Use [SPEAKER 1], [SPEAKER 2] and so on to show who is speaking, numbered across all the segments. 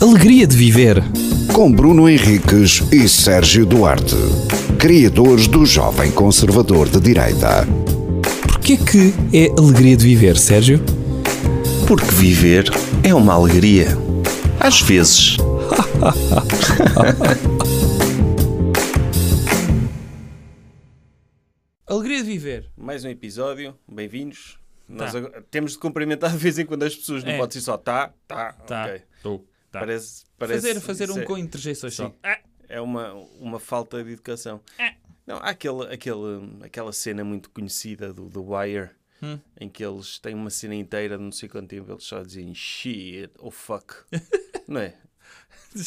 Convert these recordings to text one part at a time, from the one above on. [SPEAKER 1] alegria de viver.
[SPEAKER 2] Com Bruno Henriques e Sérgio Duarte, criadores do Jovem Conservador de Direita.
[SPEAKER 1] Porquê que é alegria de viver, Sérgio?
[SPEAKER 3] Porque viver é uma alegria. Às vezes.
[SPEAKER 1] Alegria de viver.
[SPEAKER 3] Mais um episódio, bem-vindos. Nós agora- temos de cumprimentar de vez em quando as pessoas, não
[SPEAKER 1] Tá. É.
[SPEAKER 3] pode ser só tá, tá,
[SPEAKER 1] Tá.
[SPEAKER 3] ok.
[SPEAKER 1] tá.
[SPEAKER 3] Parece, parece
[SPEAKER 1] Fazer, fazer
[SPEAKER 3] isso
[SPEAKER 1] um
[SPEAKER 3] é,
[SPEAKER 1] com interjeições só.
[SPEAKER 3] é uma, uma falta de educação.
[SPEAKER 1] É.
[SPEAKER 3] Não, há aquele, aquele, aquela cena muito conhecida do The Wire
[SPEAKER 1] Hum.
[SPEAKER 3] em que eles têm uma cena inteira de não sei quanto tempo, eles só dizem shit ou fuck, não é?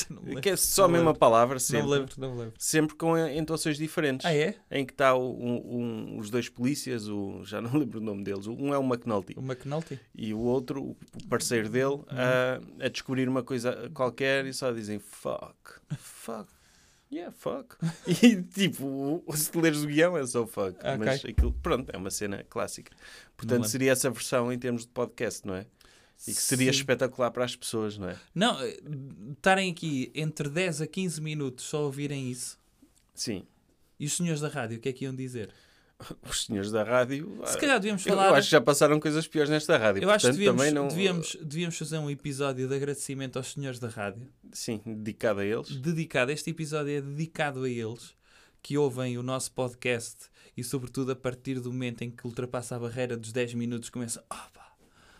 [SPEAKER 1] Não me
[SPEAKER 3] Que
[SPEAKER 1] lembro,
[SPEAKER 3] é só a mesma palavra sempre.
[SPEAKER 1] não me lembro. Não me lembro.
[SPEAKER 3] Sempre com eh, entoações diferentes.
[SPEAKER 1] Ah, é?
[SPEAKER 3] Em que está o- um- um- os dois polícias, o, já não lembro o nome deles, um é o McNulty
[SPEAKER 1] O McNulty.
[SPEAKER 3] e o outro, o parceiro dele,
[SPEAKER 1] Uhum.
[SPEAKER 3] a, a descobrir uma coisa qualquer e só dizem fuck, fuck, yeah, fuck. E tipo, o- o- se leres o guião é só fuck.
[SPEAKER 1] Ah, Ok.
[SPEAKER 3] Mas aquilo, pronto, é uma cena clássica. Portanto,
[SPEAKER 1] lembro.
[SPEAKER 3] seria essa versão em termos de podcast, não é? E que seria
[SPEAKER 1] Sim.
[SPEAKER 3] espetacular para as pessoas, não é?
[SPEAKER 1] Não, eh, estarem aqui entre 10 a 15 minutos só ouvirem isso.
[SPEAKER 3] Sim.
[SPEAKER 1] E os senhores da rádio, o que é que iam dizer?
[SPEAKER 3] Os senhores da rádio.
[SPEAKER 1] Se
[SPEAKER 3] ah,
[SPEAKER 1] calhar devíamos
[SPEAKER 3] eu-
[SPEAKER 1] falar.
[SPEAKER 3] Eu acho que já passaram coisas piores nesta rádio.
[SPEAKER 1] eu acho que
[SPEAKER 3] portanto, também
[SPEAKER 1] devíamos,
[SPEAKER 3] não.
[SPEAKER 1] devíamos, devíamos fazer um episódio de agradecimento aos senhores da rádio.
[SPEAKER 3] Sim, dedicado a eles.
[SPEAKER 1] dedicado. Este episódio é dedicado a eles que ouvem o nosso podcast e, sobretudo, a partir do momento em que ultrapassa a barreira dos 10 minutos, começam: opa,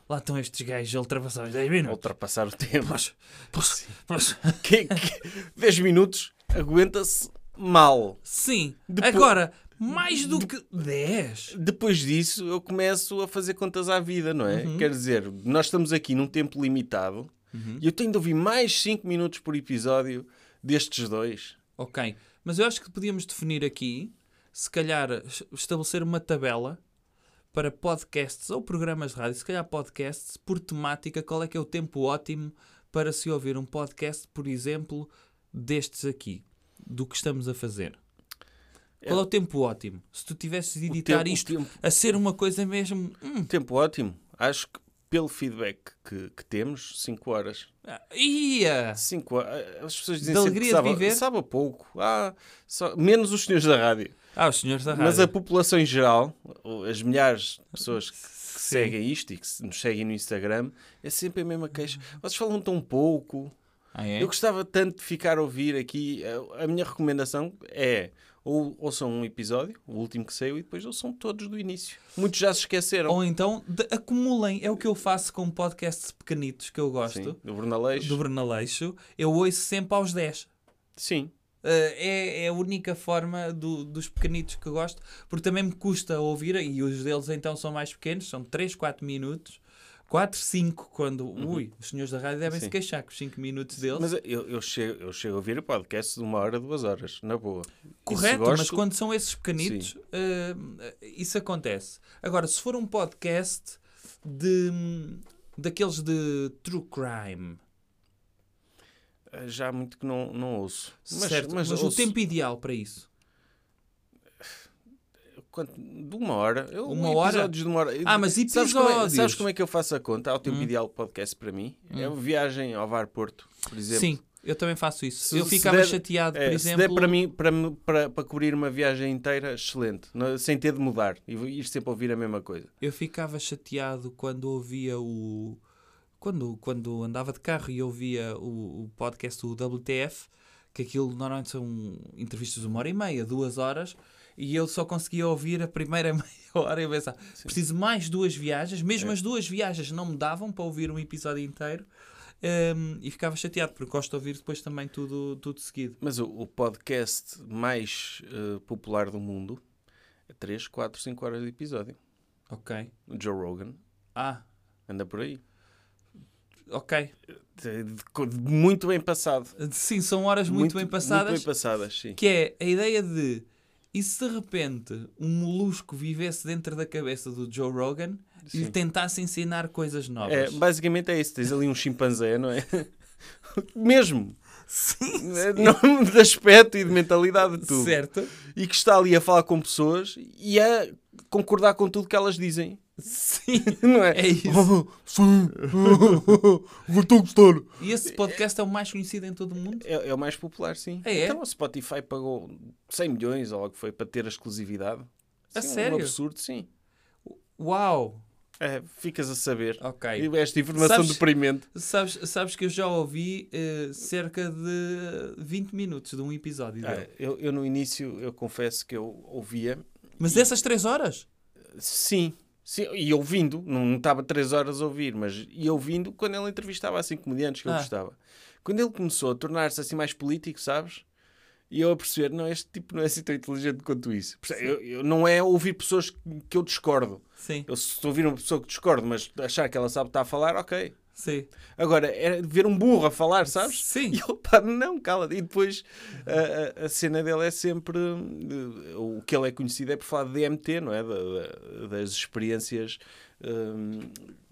[SPEAKER 1] lá estão estes gajos a ultrapassar os 10 minutos.
[SPEAKER 3] Ultrapassar o tempo.
[SPEAKER 1] Poxa, poxa, poxa.
[SPEAKER 3] que, que 10 minutos aguenta-se mal.
[SPEAKER 1] Sim,
[SPEAKER 3] Depois-
[SPEAKER 1] agora, mais do que 10.
[SPEAKER 3] Depois disso, eu começo a fazer contas à vida, não é?
[SPEAKER 1] Uhum.
[SPEAKER 3] Quer dizer, nós estamos aqui num tempo limitado
[SPEAKER 1] Uhum.
[SPEAKER 3] e eu tenho de ouvir mais 5 minutos por episódio destes dois.
[SPEAKER 1] Ok, mas eu acho que podíamos definir aqui, se calhar, es- estabelecer uma tabela para podcasts ou programas de rádio, se calhar podcasts, por temática, qual é que é o tempo ótimo para se ouvir um podcast, por exemplo, destes aqui, do que estamos a fazer. Qual é o tempo ótimo? Se tu tivesses de editar
[SPEAKER 3] tempo- o
[SPEAKER 1] isto
[SPEAKER 3] tempo-
[SPEAKER 1] a ser uma coisa mesmo. hum,
[SPEAKER 3] Tempo ótimo. Acho que pelo feedback que, que temos, 5 horas.
[SPEAKER 1] ah, ia!
[SPEAKER 3] 5 horas. eh, As pessoas dizem
[SPEAKER 1] Da
[SPEAKER 3] sempre que
[SPEAKER 1] alegria de
[SPEAKER 3] sabe,
[SPEAKER 1] viver?
[SPEAKER 3] sabe a pouco. Ah, só- menos os senhores da rádio.
[SPEAKER 1] Ah, os senhores da rádio.
[SPEAKER 3] Mas a população em geral, o- as milhares de pessoas que, que seguem isto e que se- nos seguem no Instagram, é sempre a mesma queixa. Vocês falam tão pouco.
[SPEAKER 1] Ah, Hum. é?
[SPEAKER 3] Eu gostava tanto de ficar a ouvir aqui. eh, A- A minha recomendação é ou ouçam um episódio, o último que saiu, e depois ouçam todos do início. Muitos já se esqueceram.
[SPEAKER 1] Ou então de- acumulem, é o que eu faço com podcasts pequenitos que eu gosto.
[SPEAKER 3] Sim, do Brunaleixo.
[SPEAKER 1] do Brunaleixo, eu ouço sempre aos 10.
[SPEAKER 3] Sim.
[SPEAKER 1] Uh, é, é a única forma do- dos pequenitos que eu gosto, porque também me custa ouvir, e os deles então são mais pequenos, são 3, 4 minutos, 4, 5, quando. Ui, os senhores da rádio devem se
[SPEAKER 3] Uhum. Sim.
[SPEAKER 1] queixar com os 5 minutos deles.
[SPEAKER 3] Mas eu, eu, chego, eu chego a ouvir o podcast de uma hora, duas horas, na boa. E se
[SPEAKER 1] Correto, mas
[SPEAKER 3] gosto-
[SPEAKER 1] quando são esses pequenitos, eh, isso acontece. Agora, se for um podcast de. daqueles de true crime.
[SPEAKER 3] eh, Já há muito que não, não ouço.
[SPEAKER 1] certo? Mas, o
[SPEAKER 3] ouço-
[SPEAKER 1] tempo ideal para isso.
[SPEAKER 3] Quanto? De uma hora? Eu,
[SPEAKER 1] Uma
[SPEAKER 3] episódios
[SPEAKER 1] hora?
[SPEAKER 3] De uma hora.
[SPEAKER 1] Ah, mas
[SPEAKER 3] Sabes como, é,
[SPEAKER 1] episódios? Hum.
[SPEAKER 3] sabes como é que eu faço a conta? Há o tempo ideal de podcast para mim. É uma viagem ao VAR Porto, por exemplo.
[SPEAKER 1] Sim, eu também faço isso.
[SPEAKER 3] Se-
[SPEAKER 1] eu
[SPEAKER 3] se
[SPEAKER 1] ficava
[SPEAKER 3] der-
[SPEAKER 1] chateado,
[SPEAKER 3] É,
[SPEAKER 1] por
[SPEAKER 3] se
[SPEAKER 1] exemplo.
[SPEAKER 3] der para mim, para, me- para, para cobrir uma viagem inteira, excelente. Não- sem ter de mudar. E vou- ir sempre a ouvir a mesma coisa.
[SPEAKER 1] Eu ficava chateado quando ouvia o. Quando, quando andava de carro e ouvia o, o podcast do WTF, que aquilo normalmente são entrevistas de uma hora e meia, duas horas, e eu só conseguia ouvir a primeira meia hora e eu pensava, preciso de mais duas viagens,
[SPEAKER 3] É.
[SPEAKER 1] mesmo as duas viagens não me davam para ouvir um episódio inteiro, hum, e ficava chateado, porque gosto de ouvir depois também tudo, tudo seguido.
[SPEAKER 3] Mas o, o podcast mais eh, popular do mundo é 3, 4, 5 horas de episódio.
[SPEAKER 1] Ok.
[SPEAKER 3] O Joe Rogan
[SPEAKER 1] Ah,
[SPEAKER 3] anda por aí.
[SPEAKER 1] ok.
[SPEAKER 3] De- de- de- muito bem passado.
[SPEAKER 1] Sim, são horas muito, bem passadas.
[SPEAKER 3] Muito bem passadas, sim.
[SPEAKER 1] Que é a ideia de e se de repente um molusco vivesse dentro da cabeça do Joe Rogan e lhe tentasse ensinar coisas
[SPEAKER 3] É,
[SPEAKER 1] novas?
[SPEAKER 3] basicamente é isso. Tens ali um chimpanzé, não é? Mesmo. É, Não, de aspecto e de mentalidade de tudo.
[SPEAKER 1] certo?
[SPEAKER 3] E que está ali a falar com pessoas e a concordar com tudo que elas dizem.
[SPEAKER 1] Sim,
[SPEAKER 3] Não é?
[SPEAKER 1] é isso.
[SPEAKER 3] Ah, sim. Estou a gostar.
[SPEAKER 1] E esse podcast é o mais conhecido em todo o mundo?
[SPEAKER 3] É, é o mais popular, sim.
[SPEAKER 1] É, é?
[SPEAKER 3] Então o Spotify pagou 100 milhões ou algo que foi para ter a exclusividade.
[SPEAKER 1] A
[SPEAKER 3] Sim,
[SPEAKER 1] sério?
[SPEAKER 3] Um absurdo, sim.
[SPEAKER 1] Uau!
[SPEAKER 3] É, ficas a saber.
[SPEAKER 1] Ok.
[SPEAKER 3] E Esta informação
[SPEAKER 1] Sabes-
[SPEAKER 3] deprimente.
[SPEAKER 1] Sabes, sabes que eu já ouvi eh, cerca de 20 minutos de um episódio dele.
[SPEAKER 3] Ah, eu, eu no início, eu confesso que eu ouvia.
[SPEAKER 1] Mas dessas 3 horas?
[SPEAKER 3] Sim. Sim, e ouvindo, não não estava três horas a ouvir, mas e ouvindo quando ele entrevistava assim comediantes que eu
[SPEAKER 1] Ah.
[SPEAKER 3] gostava. Quando ele começou a tornar-se assim mais político, sabes? E eu a perceber, não, este tipo não é assim tão inteligente quanto isso. Perce- Eu, eu- não é ouvir pessoas que, que eu discordo.
[SPEAKER 1] Sim,
[SPEAKER 3] Eu se ouvir uma pessoa que discordo, mas achar que ela sabe o que está a falar, ok.
[SPEAKER 1] sim.
[SPEAKER 3] Agora, era de ver um burro a falar, sabes?
[SPEAKER 1] Sim.
[SPEAKER 3] E ele, pá, não, cala E depois a, a- a cena dele é sempre. eh, O que ele é conhecido é por falar de DMT, não é? Da- da- das experiências. hum,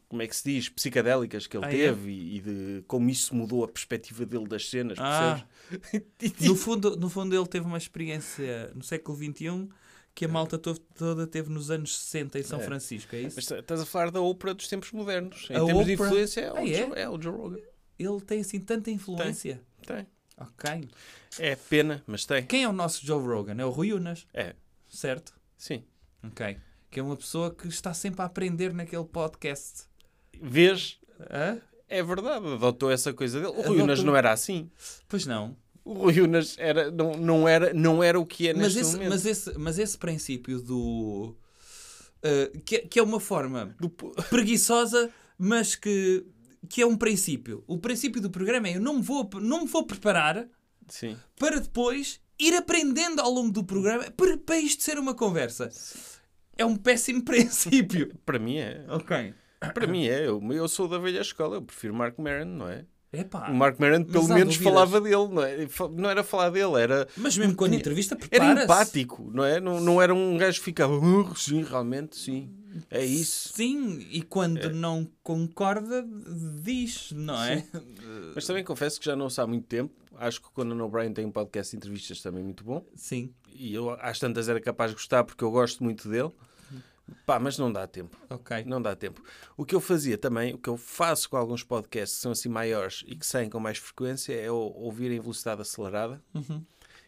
[SPEAKER 3] como é que se diz? Psicadélicas que ele
[SPEAKER 1] Ah, é?
[SPEAKER 3] teve e, e de como isso mudou a perspectiva dele das cenas,
[SPEAKER 1] Ah.
[SPEAKER 3] percebes? E- e-
[SPEAKER 1] No fundo, no fundo, ele teve uma experiência no século XXI
[SPEAKER 3] É.
[SPEAKER 1] que a malta to- toda teve nos anos 60 em São Francisco, é isso?
[SPEAKER 3] Mas estás a falar da Oprah dos tempos modernos. Em
[SPEAKER 1] A
[SPEAKER 3] termos de
[SPEAKER 1] Oprah?
[SPEAKER 3] influência, é o,
[SPEAKER 1] Ah, é?
[SPEAKER 3] Joe, é o Joe Rogan.
[SPEAKER 1] Ele tem assim tanta influência.
[SPEAKER 3] Tem.
[SPEAKER 1] Ok.
[SPEAKER 3] É pena, mas tem.
[SPEAKER 1] Quem é o nosso Joe Rogan? É o Rui Unas,
[SPEAKER 3] É,
[SPEAKER 1] certo?
[SPEAKER 3] sim.
[SPEAKER 1] Ok. Que é uma pessoa que está sempre a aprender naquele podcast.
[SPEAKER 3] Vês,
[SPEAKER 1] Hã?
[SPEAKER 3] É verdade, adotou essa coisa dele. O Rui
[SPEAKER 1] Adotou.
[SPEAKER 3] Unas não era assim.
[SPEAKER 1] Pois não.
[SPEAKER 3] O Rui Unas era, não, não, era, não era o que é
[SPEAKER 1] Mas
[SPEAKER 3] neste
[SPEAKER 1] esse,
[SPEAKER 3] momento.
[SPEAKER 1] mas, esse, mas esse princípio do. uh, que, é- que é uma forma
[SPEAKER 3] Do po-
[SPEAKER 1] preguiçosa, mas que, que é um princípio. O princípio do programa é eu não me vou, não me vou preparar
[SPEAKER 3] Sim.
[SPEAKER 1] para depois ir aprendendo ao longo do programa para, para isto ser uma conversa. É um péssimo princípio.
[SPEAKER 3] Para mim é.
[SPEAKER 1] ok.
[SPEAKER 3] Para mim é. Eu, eu sou da velha escola. Eu prefiro Mark Maron, não é?
[SPEAKER 1] Epá.
[SPEAKER 3] o Mark Maron pelo
[SPEAKER 1] mas há
[SPEAKER 3] menos
[SPEAKER 1] dúvidas.
[SPEAKER 3] falava dele, não é? Fa- Não era falar dele, era...
[SPEAKER 1] Mas mesmo quando entrevista,
[SPEAKER 3] Era
[SPEAKER 1] prepara-se.
[SPEAKER 3] empático, não é? Não, não era um gajo que ficava... "Ah, sim, realmente, sim. É isso. É.
[SPEAKER 1] Sim, e quando não concorda, diz, não é?
[SPEAKER 3] Mas também confesso que já não sei há muito tempo. Acho que o Conan O'Brien tem um podcast de entrevistas também muito bom.
[SPEAKER 1] Sim,
[SPEAKER 3] E eu às tantas era capaz de gostar porque eu gosto muito dele. Pá, mas não dá tempo.
[SPEAKER 1] ok.
[SPEAKER 3] Não dá tempo. O que eu fazia também, o que eu faço com alguns podcasts que são assim maiores e que saem com mais frequência é ou- ouvir em velocidade acelerada.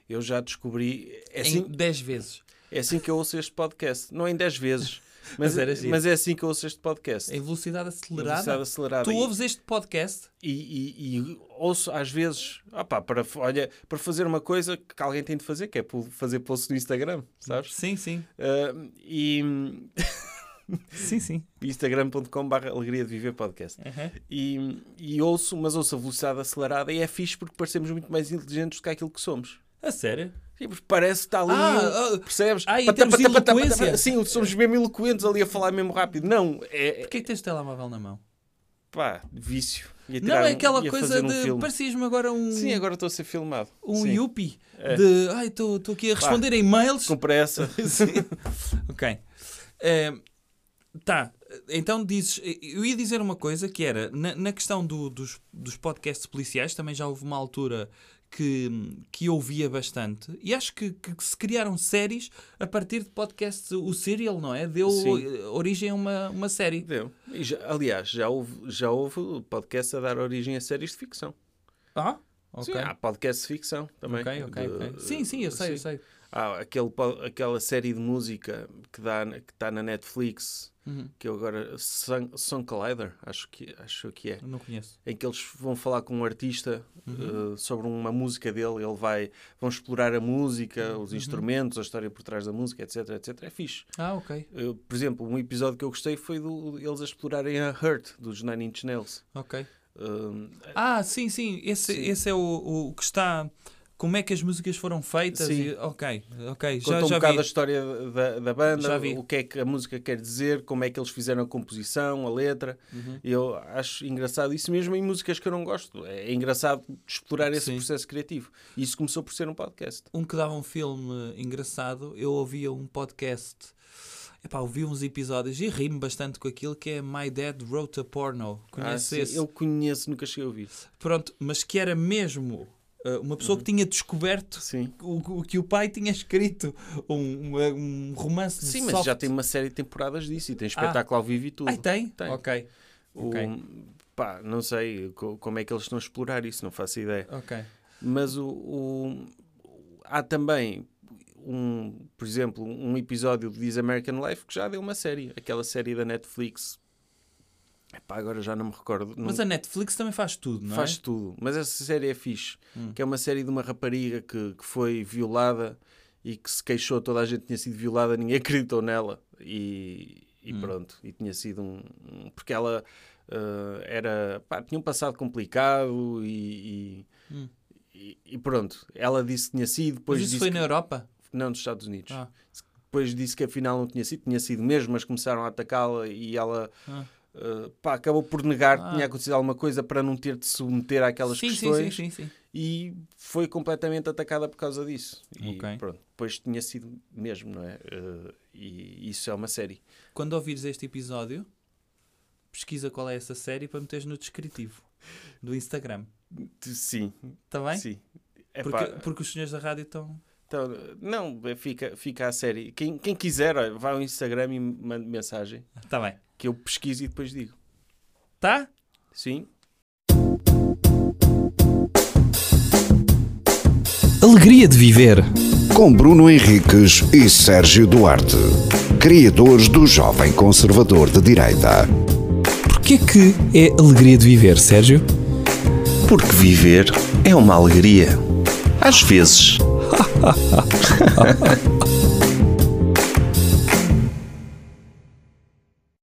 [SPEAKER 3] Eu já descobri. É
[SPEAKER 1] Uhum. Em
[SPEAKER 3] assim,
[SPEAKER 1] 10 vezes.
[SPEAKER 3] é assim que eu ouço este podcast. Não em 10 vezes, mas,
[SPEAKER 1] Mas era giro.
[SPEAKER 3] mas é assim que eu ouço este podcast.
[SPEAKER 1] Em velocidade acelerada.
[SPEAKER 3] velocidade acelerada.
[SPEAKER 1] Tu
[SPEAKER 3] E-
[SPEAKER 1] ouves este podcast?
[SPEAKER 3] E, e- e ouço às vezes, opá, para, f- olha, para fazer uma coisa que alguém tem de fazer, que é pu- fazer post no Instagram, sabes?
[SPEAKER 1] Sim, sim.
[SPEAKER 3] Ah, e
[SPEAKER 1] Sim, sim.
[SPEAKER 3] instagram.com.br alegria de viver podcast. E, e ouço, mas ouço a velocidade acelerada e é fixe porque parecemos muito mais inteligentes do que aquilo que somos.
[SPEAKER 1] A sério?
[SPEAKER 3] Sim, porque parece que está ali,
[SPEAKER 1] Ah, ah,
[SPEAKER 3] percebes?
[SPEAKER 1] ah, em
[SPEAKER 3] Patá,
[SPEAKER 1] termos de
[SPEAKER 3] patá, patá,
[SPEAKER 1] eloquência.
[SPEAKER 3] patá, patá. Sim, somos mesmo eloquentes ali a falar mesmo rápido. Não, é, é
[SPEAKER 1] Porquê que tens o telemóvel na mão?
[SPEAKER 3] pá, vício. Ia
[SPEAKER 1] Não
[SPEAKER 3] tirar
[SPEAKER 1] é
[SPEAKER 3] um-
[SPEAKER 1] aquela
[SPEAKER 3] ia
[SPEAKER 1] coisa
[SPEAKER 3] fazer um
[SPEAKER 1] de.
[SPEAKER 3] filme.
[SPEAKER 1] Parecias-me agora um.
[SPEAKER 3] Sim, agora estou a ser filmado.
[SPEAKER 1] Um
[SPEAKER 3] Sim. É.
[SPEAKER 1] yuppie de. Ai, estou estou aqui a responder a e-mails.
[SPEAKER 3] Com pressa.
[SPEAKER 1] Ok. Eh, tá, então dizes. Eu ia dizer uma coisa que era na, na questão do- dos, dos podcasts policiais, também já houve uma altura que, que eu ouvia bastante e acho que, que se criaram séries a partir de podcasts. O Serial, não é? Deu
[SPEAKER 3] Sim.
[SPEAKER 1] eh, origem a uma, uma série.
[SPEAKER 3] Deu. E já- aliás, já houve, já houve podcast a dar origem a séries de ficção.
[SPEAKER 1] Ah? Ok.
[SPEAKER 3] Sim, há podcasts de ficção também.
[SPEAKER 1] ok, ok,
[SPEAKER 3] De-
[SPEAKER 1] ok. Sim, sim, eu sei, eu
[SPEAKER 3] sim.
[SPEAKER 1] sei.
[SPEAKER 3] Há Ah, aquele, po- aquela série de música que está que tá na Netflix, que eu agora. Sun, Sun Collider, acho que, acho que é.
[SPEAKER 1] Não conheço.
[SPEAKER 3] Em que eles vão falar com um artista eh, sobre uma música dele, ele vai. vão explorar a música, os instrumentos, a história por trás da música, etc, etc. É fixe.
[SPEAKER 1] Ah, ok.
[SPEAKER 3] Eh, por exemplo, um episódio que eu gostei foi do, eles a explorarem a Hurt, dos Nine Inch Nails.
[SPEAKER 1] Ok.
[SPEAKER 3] Eh,
[SPEAKER 1] Ah, sim, sim. Esse, esse é o, o que está. Como é que as músicas foram feitas?
[SPEAKER 3] Sim.
[SPEAKER 1] e- ok, ok. Já,
[SPEAKER 3] Conta um
[SPEAKER 1] já
[SPEAKER 3] bocado
[SPEAKER 1] vi.
[SPEAKER 3] a história da, da banda,
[SPEAKER 1] Já vi.
[SPEAKER 3] o que é que a música quer dizer, como é que eles fizeram a composição, a letra.
[SPEAKER 1] Uhum.
[SPEAKER 3] Eu acho engraçado isso mesmo em músicas que eu não gosto. É engraçado explorar esse
[SPEAKER 1] Sim.
[SPEAKER 3] processo criativo. E isso começou por ser um podcast.
[SPEAKER 1] um que dava um filme engraçado, eu ouvia um podcast. Epá, ouvi uns episódios e ri-me bastante com aquilo que é My Dad Wrote a Porno.
[SPEAKER 3] Ah,
[SPEAKER 1] Conhece
[SPEAKER 3] sim,
[SPEAKER 1] esse?
[SPEAKER 3] Eu conheço, nunca cheguei a ouvir.
[SPEAKER 1] Pronto, mas que era mesmo eh, uma pessoa que tinha descoberto
[SPEAKER 3] Uhum. Sim.
[SPEAKER 1] o, o que o pai tinha escrito, um, um romance de
[SPEAKER 3] Sim, mas
[SPEAKER 1] soft. Ah.
[SPEAKER 3] já tem uma série de temporadas disso e tem espetáculo ao vivo e tudo.
[SPEAKER 1] Ai, tem?
[SPEAKER 3] Tem.
[SPEAKER 1] Ok,
[SPEAKER 3] O-
[SPEAKER 1] ok.
[SPEAKER 3] pá, não sei co- como é que eles estão a explorar isso, não faço ideia.
[SPEAKER 1] ok.
[SPEAKER 3] Um Mas o, o- há também, um, por exemplo, um episódio de This American Life que já deu uma série, aquela série da Netflix. Epá, agora já não me recordo. Não-
[SPEAKER 1] Mas a Netflix também faz tudo, não
[SPEAKER 3] faz
[SPEAKER 1] é? Hum.
[SPEAKER 3] tudo. Mas essa série é fixe, que é uma série de uma rapariga que, que foi violada e que se queixou, toda a gente tinha sido violada, ninguém acreditou nela e, e
[SPEAKER 1] Hum.
[SPEAKER 3] pronto, e tinha sido um, um- porque ela eh, era pá, tinha um passado complicado e, e- e- e pronto, ela disse que tinha sido, depois
[SPEAKER 1] Hum. Mas isso
[SPEAKER 3] disse
[SPEAKER 1] foi
[SPEAKER 3] que-
[SPEAKER 1] na Europa?
[SPEAKER 3] não nos Estados Unidos.
[SPEAKER 1] Ah.
[SPEAKER 3] Depois disse que afinal não tinha sido, tinha sido mesmo, mas começaram a atacá-la e ela
[SPEAKER 1] Ah.
[SPEAKER 3] eh, pá, acabou por negar
[SPEAKER 1] Ah.
[SPEAKER 3] que tinha acontecido alguma coisa para não ter de se submeter àquelas
[SPEAKER 1] sim, sim,
[SPEAKER 3] questões
[SPEAKER 1] sim, sim, sim.
[SPEAKER 3] e foi completamente atacada por causa disso. E
[SPEAKER 1] Ok.
[SPEAKER 3] pronto, depois tinha sido mesmo, não é? Eh, e isso é uma série.
[SPEAKER 1] Quando ouvires este episódio, pesquisa qual é essa série para meteres no descritivo do Instagram.
[SPEAKER 3] T- Sim,
[SPEAKER 1] Está bem?
[SPEAKER 3] sim. Epá,
[SPEAKER 1] Porque, porque os senhores da rádio estão.
[SPEAKER 3] então, não, fica, fica a série. Quem, quem quiser, olha, vá ao Instagram e me mande mensagem
[SPEAKER 1] Está Tá bem.
[SPEAKER 3] que eu pesquiso e depois digo.
[SPEAKER 1] Tá?
[SPEAKER 3] Sim,
[SPEAKER 4] Alegria de viver.
[SPEAKER 2] Com Bruno Henriques e Sérgio Duarte, criadores do Jovem Conservador de Direita.
[SPEAKER 4] Porquê que é alegria de viver, Sérgio?
[SPEAKER 5] Porque viver é uma alegria. Às vezes.